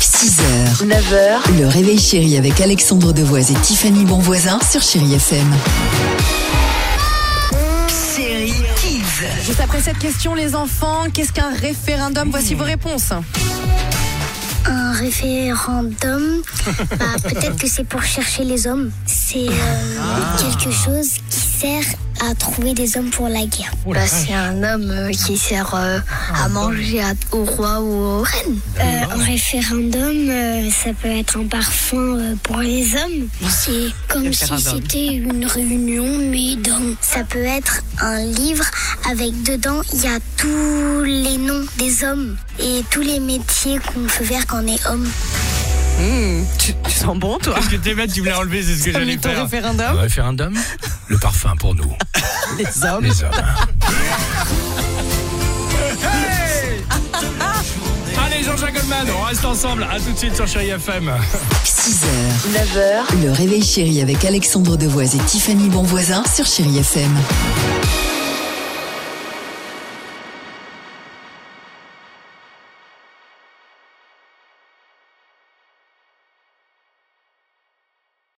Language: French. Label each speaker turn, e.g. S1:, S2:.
S1: 6h, 9h, le réveil chéri avec Alexandre Devoise et Tiffany Bonvoisin sur Chéri FM.
S2: Juste après cette question, les enfants, qu'est-ce qu'un référendum Voici vos réponses.
S3: Un référendum, bah, peut-être que c'est pour chercher les hommes. C'est euh, quelque chose qui sert à trouver des hommes pour la guerre.
S4: Bah, c'est un homme euh, qui sert euh, à manger à- au roi ou aux reines.
S3: Euh, un référendum, euh, ça peut être un parfum euh, pour les hommes. C'est comme si c'était une réunion, mais dans... Ça peut être un livre avec dedans, il y a tous les noms des hommes et tous les métiers qu'on peut faire quand on est homme.
S2: Tu, tu sens bon, toi
S5: Parce que tes bête, tu me l'as enlevé, c'est ce que j'allais
S2: Comme ton
S5: faire.
S2: référendum,
S6: référendum Le parfum pour nous,
S2: les hommes.
S6: les hommes.
S5: Allez, Jean-Jacques Goldman, on reste ensemble. À tout de suite sur Chéri FM.
S1: 6h, 9h, le réveil chéri avec Alexandre Devoise et Tiffany Bonvoisin sur Chéri FM.